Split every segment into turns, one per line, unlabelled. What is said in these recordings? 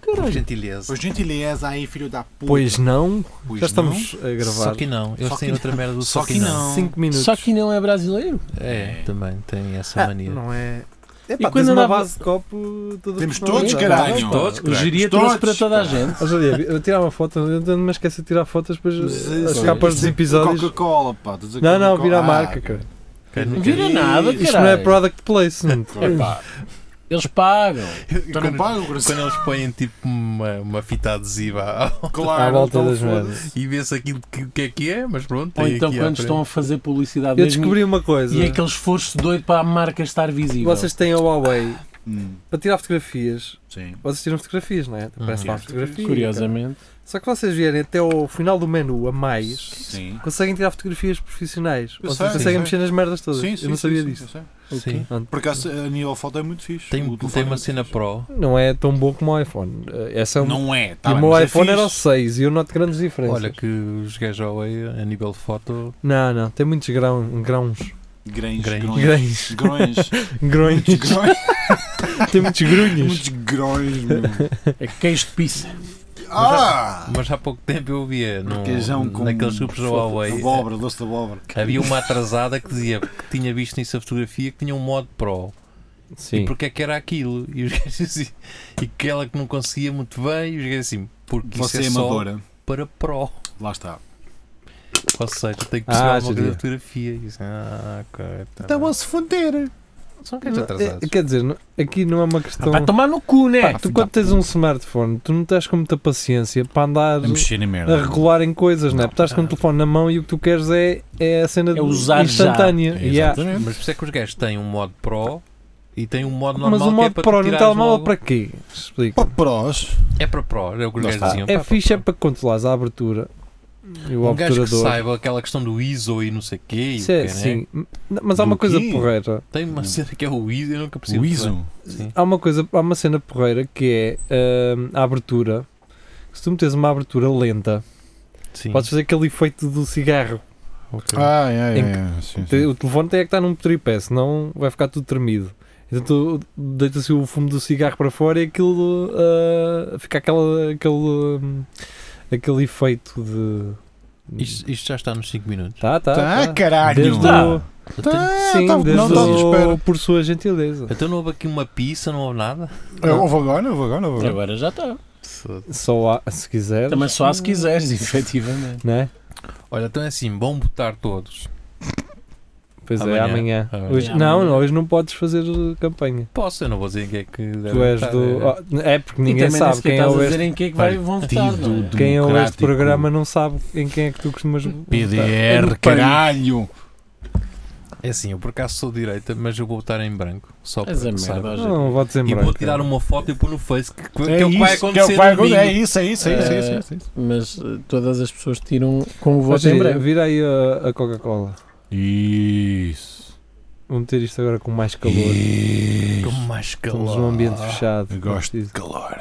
por gentileza.
Por gentileza aí, filho da puta.
Pois não,
Pois
já
não?
estamos a gravar.
Só que não. Eles
Só
têm
que
outra merda do
Só que não.
5 minutos.
Só que não é brasileiro.
É, também tem essa
Ah,
mania.
não é. É
quando
tens uma
andava-
base de copo. toda
Temos
personalizada.
todos, caralho.
Não,
Todos,
O
caralho.
geria
Todos,
trouxe para toda a gente.
Ó, Javier, eu tirar uma foto, eu não me esqueço de tirar fotos, depois
Dizer-
as capas dos
dizer
episódios.
Coca-Cola, pá. dizer
Não, não,
Coca-Cola.
vira a
Ah,
marca, cara.
Quem
Não
nunca-
vira nada, caralho.
Isto não é product placement.
Epá, Eles pagam.
Então não
Quando,
paga o coração.
quando eles põem tipo uma, uma fita adesiva ao-
Claro,
À volta
então
das
foda-se.
merdas.
e vê-se aquilo que, que é que é, mas pronto.
Ou
tem
então
aqui à
quando
frente.
estão a fazer publicidade
Eu
mesmo
descobri uma coisa.
e é aquele esforço doido para a marca estar visível.
Vocês têm a Huawei
Hum,
para tirar fotografias.
Sim.
Vocês tiram fotografias, não é? Aparece lá a
Sim.
fotografia.
Curiosamente.
Só que vocês vierem até ao final do menu a mais,
Sim.
conseguem tirar fotografias profissionais.
Eu
Vocês
sei,
conseguem
sim.
mexer nas merdas todas.
Sim,
eu
sim,
não sabia
sim, sim,
disso.
eu sei.
Sim.
Por acaso, a nível foto é muito fixe.
Tem,
O telefone
tem
é
uma
muito
cena
fixe.
pro.
Não é tão bom como o iPhone. Eh, Essa é uma...
Não é, tá
e o
bem,
meu
mas é
iPhone era o
fixe.
6 e eu noto grandes diferenças.
Olha que os gajos Huawei, a nível de foto,
Não, não, tem muitos grão, grãos.
Grãs,
Grãs.
grões.
Grãos.
Grões.
Grões.
Grões.
tem muitos grunhos.
Muitos grões, meu.
É queijo de pizza.
Ah!
Mas há pouco tempo eu via num,
Queijão com
naqueles grupos da Huawei.
Abóbora, doce de abóbora.
Havia uma atrasada que dizia que tinha visto nessa fotografia que tinha um modo Pro.
Sim.
E porque é que era aquilo? E os gajos assim, e aquela que não conseguia muito bem, e os gajos assim, porque
Você é
isso é só
amadora.
para Pro.
Lá está.
Ou seja, tem que
Ah,
perceber alguma coisa
seria.
da fotografia. E assim, ah, ok. tá bem.
Estavam-se foder.
São gajos atrasados.
eh, Quer dizer, não- aqui não é uma
Ah,
questão.
vai tomar no cu, né?
Pá, tu quando tens um smartphone, tu não estás com muita paciência para andar
A É mexer em
a
merda.
regular em coisas, não é? Porque Estás com o telefone na mão e o que tu queres é, é a cena
É usar já.
instantânea. Yeah.
Mas por isso é que os gajos têm um modo Pro e têm um modo normal
Mas o
que
modo tá
é para
pro
tu
no
tirares
telemóvel
logo.
para quê? Explica.
prós.
É para Pro, é o que os
Lá
gajos
está.
diziam.
É
pá,
ficha
pá,
tá.
para controlares a abertura e o
Um gajo que
obturador.
saiba aquela questão do ISO e não sei o quê. e
Isso
o quê,
é
né?
sim. Não, Mas há
Do
uma coisa
quê?
porreira.
Tem uma cena que é o ISO, eu nunca percebi.
O
muito bem.
ISO.
Sim.
Há uma coisa, há uma cena porreira que é hum, a abertura. Se tu meteres uma abertura lenta,
Sim.
podes fazer aquele efeito do cigarro.
Ok.
Ah, é,
Em
é. sim,
Te-
sim.
O telefone tem é que estar num tripé, senão vai ficar tudo tremido. Então tu deita-se o fumo do cigarro para fora e aquilo ah, fica aquela, aquele, hum, aquele efeito de.
Isto, isto já está nos 5 minutos.
Tá, tá.
Tá,
tá.
caralho.
Desde o,
Eu
Tá,
tenho-
sim,
tá,
desde
não estava à
o,
espera.
por sua gentileza.
Então não houve aqui uma pizza, não houve nada?
É, Houve agora, houve agora, houve agora.
Agora já está.
Só há, se quiser.
Também só há se quiseres, efetivamente.
Né?
Olha, então é assim, bom botar todos.
Pois é,
Amanhã.
amanhã.
Amanhã.
Hoje,
Amanhã.
não, não, hoje não podes fazer uh, campanha.
Posso, eu não vou dizer quem é que deve
tu és
votar,
do.
é.
oh, é porque
E
ninguém
também nem
sabe
sequer
quem é
estás
o
a
este,
dizer em quem é que vai vão votar.
Partido
não é?
do-
quem é o este
democrático.
programa não sabe em quem é que tu costumas um votar.
PDR,
é
PAN.
caralho.
É assim, eu por acaso sou direita, mas eu vou votar em branco. Só
És
para
a
que saiba.
merda,
Não, não vou dizer
E
branco.
vou tirar
um
uma foto e pôr no Face, que, que é o que vai
isso, que é o
acontecer
que vai
domingo.
acontecer. É isso, é isso, é isso, é isso, é isso, é isso.
Mas eh, todas as pessoas tiram com o voto
Olha,
em breve.
Vira aí a, a Coca-Cola.
Isso.
Vou meter isto agora com mais calor.
Com
É Isso.
mais calor.
Estamos num ambiente fechado.
Eu gosto de
Preciso.
calor.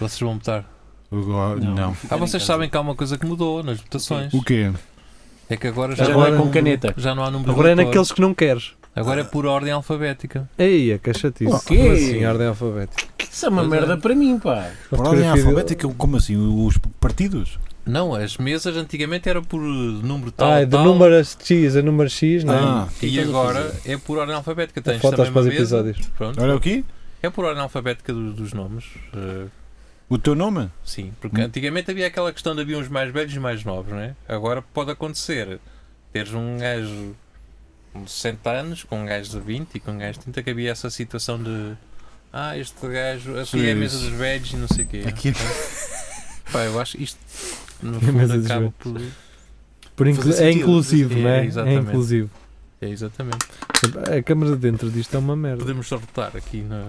Vocês vão votar.
Eu go- Não.
Ah, vocês sabem que há uma coisa que mudou nas votações.
O quê?
É que agora já,
Já
não,
não
há
é com
número-
caneta.
já não há número de
Agora é
votos.
naqueles que não queres.
Agora é por ordem alfabética.
Ei, a chatice.
O
quê?
Como assim, ordem alfabética?
Isso é uma
Pois é.
merda para mim, pá.
Por
Fotografia
ordem
de-
alfabética, como assim? Os partidos?
Não, as mesas antigamente era por uh, número tal.
Ah, de
tal,
número X a número X, não é?
Ah,
E
Então não
agora é por ordem alfabética. Tens
Fotos
também
para Então os
uma mesa.
episódios.
Pronto.
olha o quê?
É por ordem alfabética do- dos nomes. eh,
O teu nome?
sim, porque
Hum.
antigamente havia aquela questão de havia uns mais velhos e mais novos, não é? Agora pode acontecer teres um gajo com 60 anos, com um gajo de 20 e com um gajo de 30, que havia essa situação de. Ah, este gajo, aqui é a
Sim.
mesa dos velhos e não sei o quê.
Aqui.
Pá, eu acho que isto no
É a mesa
fundo
dos
acaba
velhos.
por.
Por inclu-
Fazer
é
sentido.
inclusivo,
É,
não é? É
exatamente.
inclusivo.
É exatamente.
A câmara de dentro disto é uma merda.
Podemos rotar aqui na.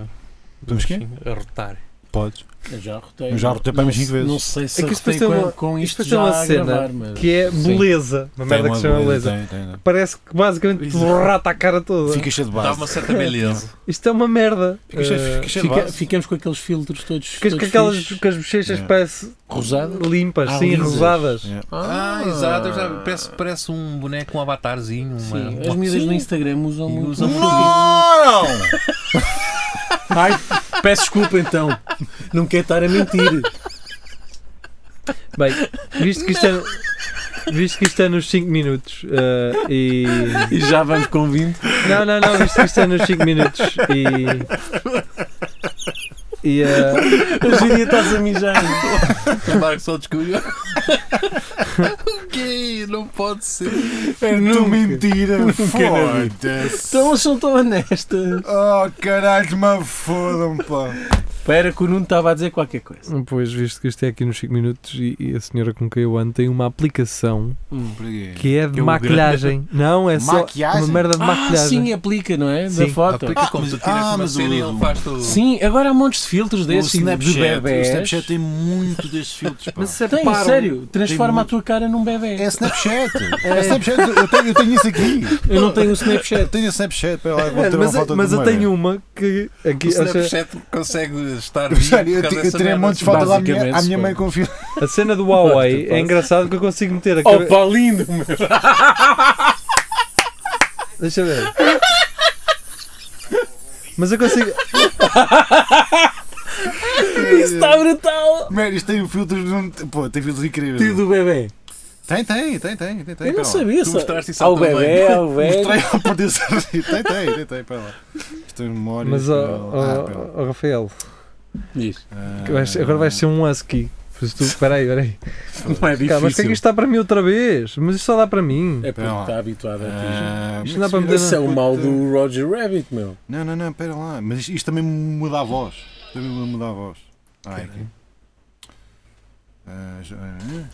Podemos quê?
Sim, A rotar.
Podes.
Eu já rotei.
Eu já rotei para
Não
mais cinco
se-
vezes.
Não sei se
É que isto
rotei
depois tem
com,
uma-
com
isto
isto
depois tem
já
uma
a
cena
gravar, mas...
Que é
Sim.
beleza. Uma merda que se chama beleza.
Tem, tem, tem.
Parece que basicamente
Exato.
borrata a cara toda.
Fica cheio de
Dá
base.
uma certa beleza.
Isto é uma merda.
Fica cheio,
Eh,
fica cheio de
Fica-
base.
ficamos com aqueles filtros todos.
que, que
todos
aquelas
fixes.
que as bochechas
É.
parecem
Rosadas?
limpas,
Ah,
sim,
lisas.
rosadas.
Yeah.
Ah, exato. eu já- parece, parece um boneco, um avatarzinho. Uma,
Sim,
uma-
as miúdas
Sim.
no Instagram usam
E
muito.
usam
muito
muito
isso.
Não!
Ai,
Peço desculpa então. Não quero estar a mentir.
Bem, visto que isto é. Visto que isto é nos 5 minutos eh, e.
E já vamos com 20.
Não, não, não, visto que isto é nos 5 minutos e. E. eh,
Hoje em dia estás a mijar.
Claro que só descobriu. o quê? Não pode ser.
É tu mentira, foda-se.
Então eles são tão honestas.
Oh caralho, me fodam, pá.
Espera que o Nuno estava a dizer qualquer coisa.
pois, visto que isto é aqui nos 5 minutos e, e a senhora com quem eu ando tem uma aplicação que
É
é de
um grande-
maquilhagem. Não, é só
Maquiagem?
uma merda de
Ah,
maquilhagem.
sim, aplica, não é? Da
Sim.
foto.
Aplica
Ah,
como
mas-
tu tiras
ah,
uma
mas
cena e
o-
ele faz tudo.
Sim, agora há montes de filtros desses
Snapchat,
de
o
bebés.
Snapchat tem muito desses filtros, pá.
Mas
Tem,
reparam,
sério, transforma a
muito.
tua cara num bebê.
É Snapchat. É Snapchat. Eu tenho, eu tenho isso aqui.
Eu não tenho o
Eu
Snapchat.
tenho o Snapchat. Pera lá, vou
É, Mas,
ter uma foto
mas
do
eu
meio.
tenho uma que
O
aqui, a, ce-
Snapchat consegue estar vivo
Sério,
por causa
eu, te- eu
dessa
tirei
merda.
montes de fotos à minha, à
Basicamente,
minha
pá.
mãe com o filho.
a cena do Huawei é engraçado É que eu consigo meter a cabe-
Paulinho, meu.
Deixa eu ver. Mas eu consigo.
Isso está brutal.
Mano, isto tem filtros. num- Pô, tem filtros incríveis.
Tio do bebê.
Tem, tem, tem, tem. tem, tem
Eu não
pera lá.
sabia.
Tu
só-
mostraste isso à
Ao
tua mãe.
bebê, ao
Mostrei
velho.
ao produção. Tem, tem, tem, tem. Pera lá. Isto é memória.
Mas, ó
Ah,
Ah,
ó, ó, Rafael,
Diz.
que vais- agora vais ser um husky. Pois tu, peraí, peraí.
Não é
Cara, mas o que é que
difícil.
isto dá para mim outra vez? Mas isto só dá para mim.
É porque
Pera lá.
está
Ah,
habituado a
um Isto não dá para
ti.
meter-
Esse é o mal do Roger Rabbit, meu.
Não, não, não, pera lá. Mas isto, isto também muda a voz. Também muda a voz. Ai, aqui. Ah, já- ah,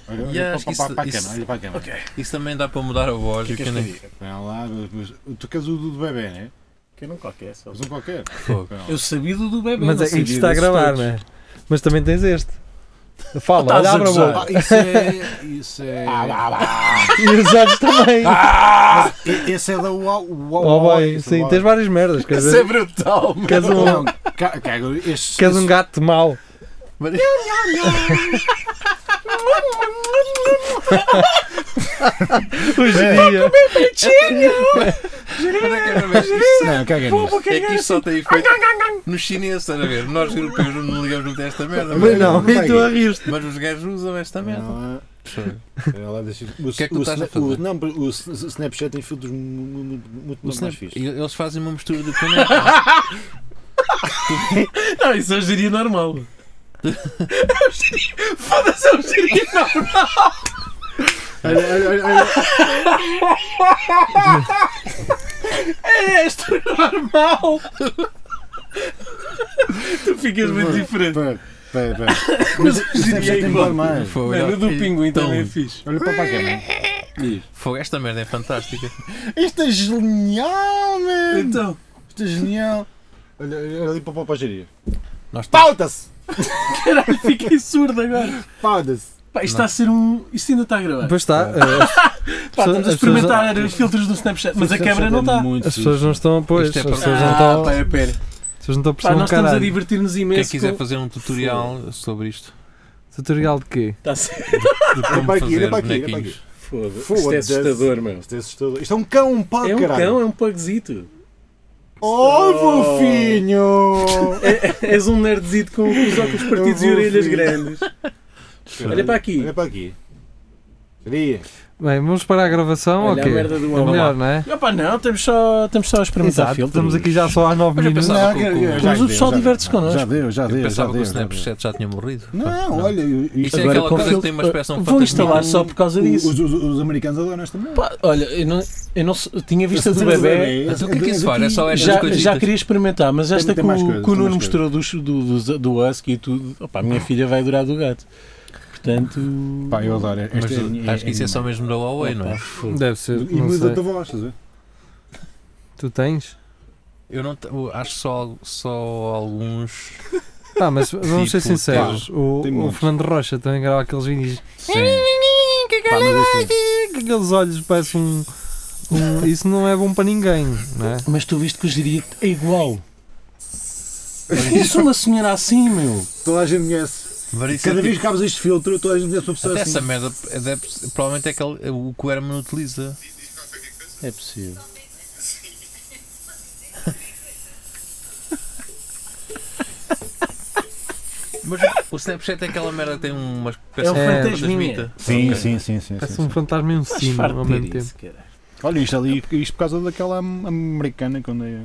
olha-
E
Olha
acho
pa-
que
pa-
isso-
para a
isso-
câmera, olha para a câmera.
Isso também dá para mudar a voz.
O que é que
eu
queres
nem-
que eu diga? Pera lá, mas- mas tu queres o do do bebê, não é?
Que eu não qualquer, só.
Mas um qualquer.
Fogo.
Pera lá.
Eu sabia do do bebê.
Mas
não
é, isto
sabia
está a
desses
gravar,
todos.
não é? Mas também tens este. Fala,
Estás
olha
a
para a
gozar.
boca.
um
Ah, Isso é. Isso é.
Ah,
tá.
E os olhos também.
E- Esse é da Huawei.
Oh, bem,
Esse é
sim,
da
tens várias merdas. Queres,
Isso é brutal, meu.
queres um,
Huawei. Não, ca- caga, este-
queres um
este-
gato mau?
Mas-
Hoje em dia.
Mas é que é uma vez isto-
Não, caga nisso.
É que isto só tem efeito nos chineses, estás a ver? Nós europeus não ligamos muito a esta merda,
Mas
mas,
não,
Não, e tu a rir
mas os gajos usam esta merda.
Não, Olha lá, deixa O
que é que tu
o
estás a
Sna-
fazer?
o- não, o S- S- Snapchat tem filtros mu- mu- mu- muito,
O
muito mais
Snap-
fixos.
eles fazem uma mistura do planeta.
Ah, isso é geria normal. Foda-se, é um geria normal.
Olha, olha, olha, olha.
É extra normal. tu ficas bem diferente.
Pera, pera, pera. Mas o Snapchat
é
tem muito mais.
Fogo,
Mano, o do pinguim
Então,
também é fixe.
Olha para a câmera.
fogo, esta merda é fantástica.
Isto é genial, man.
Então,
Isto é genial. Olha, olha ali para a papageria.
Nós estamos-
Pauta-se!
caralho, fiquei surdo agora.
Pauta-se!
Pá, isto está a ser um. Isto ainda está a gravar.
Pois está, eh,
Pá,
As
estamos a
pessoas-
experimentar filtros do Snapchat, mas a câmera não está.
as pessoas não estão a pois,
Isto é
as
para-
pessoas não estão
pá, é pena.
as pessoas não estão a
Pá,
perceber um
nós estamos a
caralho.
divertir-nos
Quem
imenso.
quiser
com-
fazer um tutorial sobre isto,
Tutorial de quê?
Está a ser.
de
Olha
como
para aqui,
fazer
olha para aqui, olha para
bonequinhos.
aqui.
Tá Foda-se. Isto é
Foda-se.
assustador, meu.
Isto é assustador. Isto é um cão, um pau,
É um
caralho.
cão, é um pugzito.
Oh,
Oh.
fofinho!
É- És um nerdzito com os óculos partidos e
vou
orelhas
ver.
grandes. Olha é para aqui.
Olha para aqui. Seria.
Bem, vamos parar a gravação
Olha
ou quê?
a merda do
É
homem.
melhor, não é?
Não, Ah, pá, não, estamos só, estamos só a experimentar
Exato,
filtros.
estamos aqui já só há 9
Mas eu
minutos.
pensava que o-
já- Mas o pessoal diverte-se connosco.
Já deu, já deu.
Eu pensava
já
que
deu,
o
já deu.
Snapchat já tinha morrido.
Não, olha.
Isto é
Agora
aquela
com
coisa que
filtro-
tem uma expressão
Vou instalar
fantasminha.
só por causa
Os,
disso.
os, os americanos adoram esta merda.
Pá, olha, eu não, eu não sou- tinha visto a do bebê.
Mas o que é que isso faz? É só estas
Já,
coisitas.
já queria experimentar, mas esta
tem
que,
mais
o-
coisas,
que o
tem
Nuno
mais
mostrou do, do, do, do Husky e tudo, opa, a minha filha vai adorar do gato. Portanto.
Pá, eu adoro. Esta
Mas
é a minha-
acho que isso é só mesmo da Huawei, não é?
Deve ser.
E
não
muda
sei.
da voz, estás a ver?
Tu tens?
Eu não te- eu acho só, só alguns.
Ah, mas vamos ser
Tipo,
sinceros. O,
tem
o
muitos.
Fernando Rocha também grava aqueles vídeos.
Sim. Pá, mas este é-
Com Aqueles olhos parecem um, um- Isso não é bom para ninguém, não é?
Mas tu viste que o girito é igual. Isso é uma senhora assim, meu.
Toda a gente conhece. Cada vez que cabes este filtro, toda a gente conhece uma pessoa
é Até
assim.
essa merda, é deve- provavelmente é que ele- o que o Herman utiliza.
É possível.
Mas o Snapchat é aquela merda que tem umas
É um
É,
fantasminha.
Sim,
Ok.
sim, sim, sim, sim,
Parece
sim.
um fantasma e um
Faz
sino
farto
ao
ter
mesmo tempo.
isso, cara.
Olha, isto ali, isto por causa daquela am- americana é- que andei.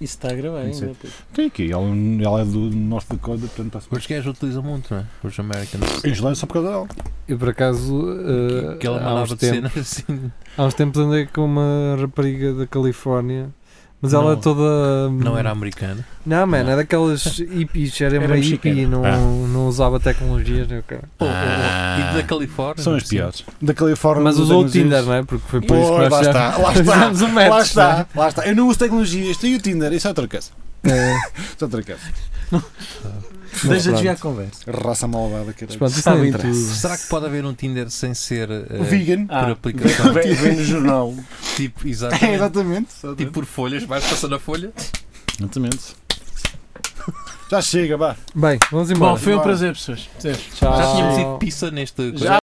Isso está a gravar
Não sei.
ainda. pô.
Tem aqui, ela, ela é do Norte Dakota, portanto está-se
Os gajos utilizam muito, não é? Os Americans.
Em Islândia só por causa dela.
Eu por acaso eh,
Que, que ela
há, uns
mandava de cenas
tempos,
assim.
há uns tempos andei com uma rapariga da Califórnia, mas
Não.
ela é toda. hum,
Não era americana.
Não, mano,
Não.
era daquelas hippies, era,
Era
uma
mexicana.
hippie, não,
Ah.
não usava tecnologias, né, cara.
Ou- ou- Ah. E da Califórnia.
São as
assim.
piores. Da Califórnia.
Mas
não
usou o
temos isso.
Tinder, não é? Porque foi por
Pois,
isso que nós
lá
já-
está, lá está.
fizemos o match,
lá
não
está,
é?
lá está. Eu não uso tecnologias, tenho o Tinder, isso é outra coisa.
É,
Isso é outra coisa.
Deixa
pronto.
desviar a conversa.
Raça malvada,
mas
caralho.
pronto, isso
Sabe
não
interesse.
interessa.
Será que pode haver um Tinder sem ser eh,
Vegan.
por aplicação?
Ah, vem, vem- vem no jornal.
tipo,
É,
exatamente.
exatamente.
tipo por folhas, vais passando a folha.
Exatamente. Já chega, vá.
Bem, vamos
Bom,
embora.
foi um
Bora.
prazer, pessoas. Prazer.
Tchau.
Já tínhamos ido pizza neste.
Já